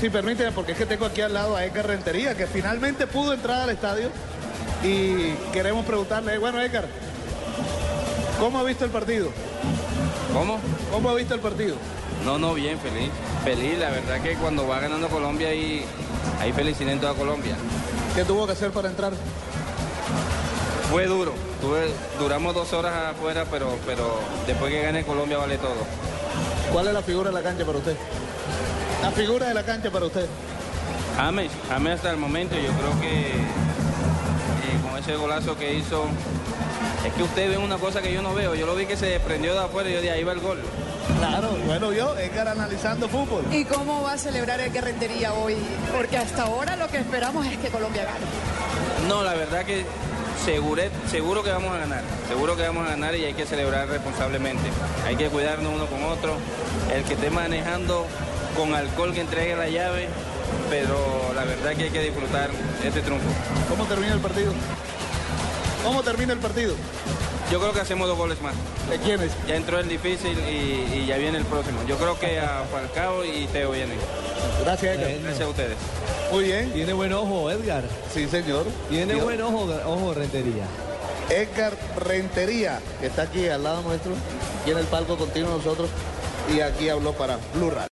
Sí, permíteme, porque es que tengo aquí al lado a Edgar Rentería, que finalmente pudo entrar al estadio. Y queremos preguntarle, bueno, Edgar, ¿cómo ha visto el partido? ¿Cómo? ¿Cómo ha visto el partido? No, no, bien, feliz. Feliz, la verdad que cuando va ganando Colombia hay, hay felicidad en toda Colombia. ¿Qué tuvo que hacer para entrar? Fue duro, tuve- duramos dos horas afuera, pero, pero después que gane Colombia vale todo. ¿Cuál es la figura de la cancha para usted? La figura de la cancha para usted. James, James hasta el momento, yo creo que eh, con ese golazo que hizo, es que usted ve una cosa que yo no veo, yo lo vi que se desprendió de afuera y yo de ahí va el gol. Claro, bueno, vio, Edgar analizando fútbol. ¿Y cómo va a celebrar el Guerrentería hoy? Porque hasta ahora lo que esperamos es que Colombia gane. No, la verdad que seguro, seguro que vamos a ganar, seguro que vamos a ganar y hay que celebrar responsablemente. Hay que cuidarnos uno con otro. El que esté manejando con alcohol que entregue la llave, pero la verdad que hay que disfrutar este triunfo. ¿Cómo termina el partido? ¿Cómo termina el partido? Yo creo que hacemos dos goles más. ¿De quiénes? Ya entró el difícil y, y ya viene el próximo. Yo creo que a Falcao y Teo vienen. Gracias, Edgar. Gracias a ustedes. Muy bien. Tiene buen ojo, Edgar. Sí, señor. Tiene buen ojo, ojo Rentería. Edgar Rentería, que está aquí al lado nuestro, aquí en el palco continuo nosotros, y aquí habló para Blue Radio.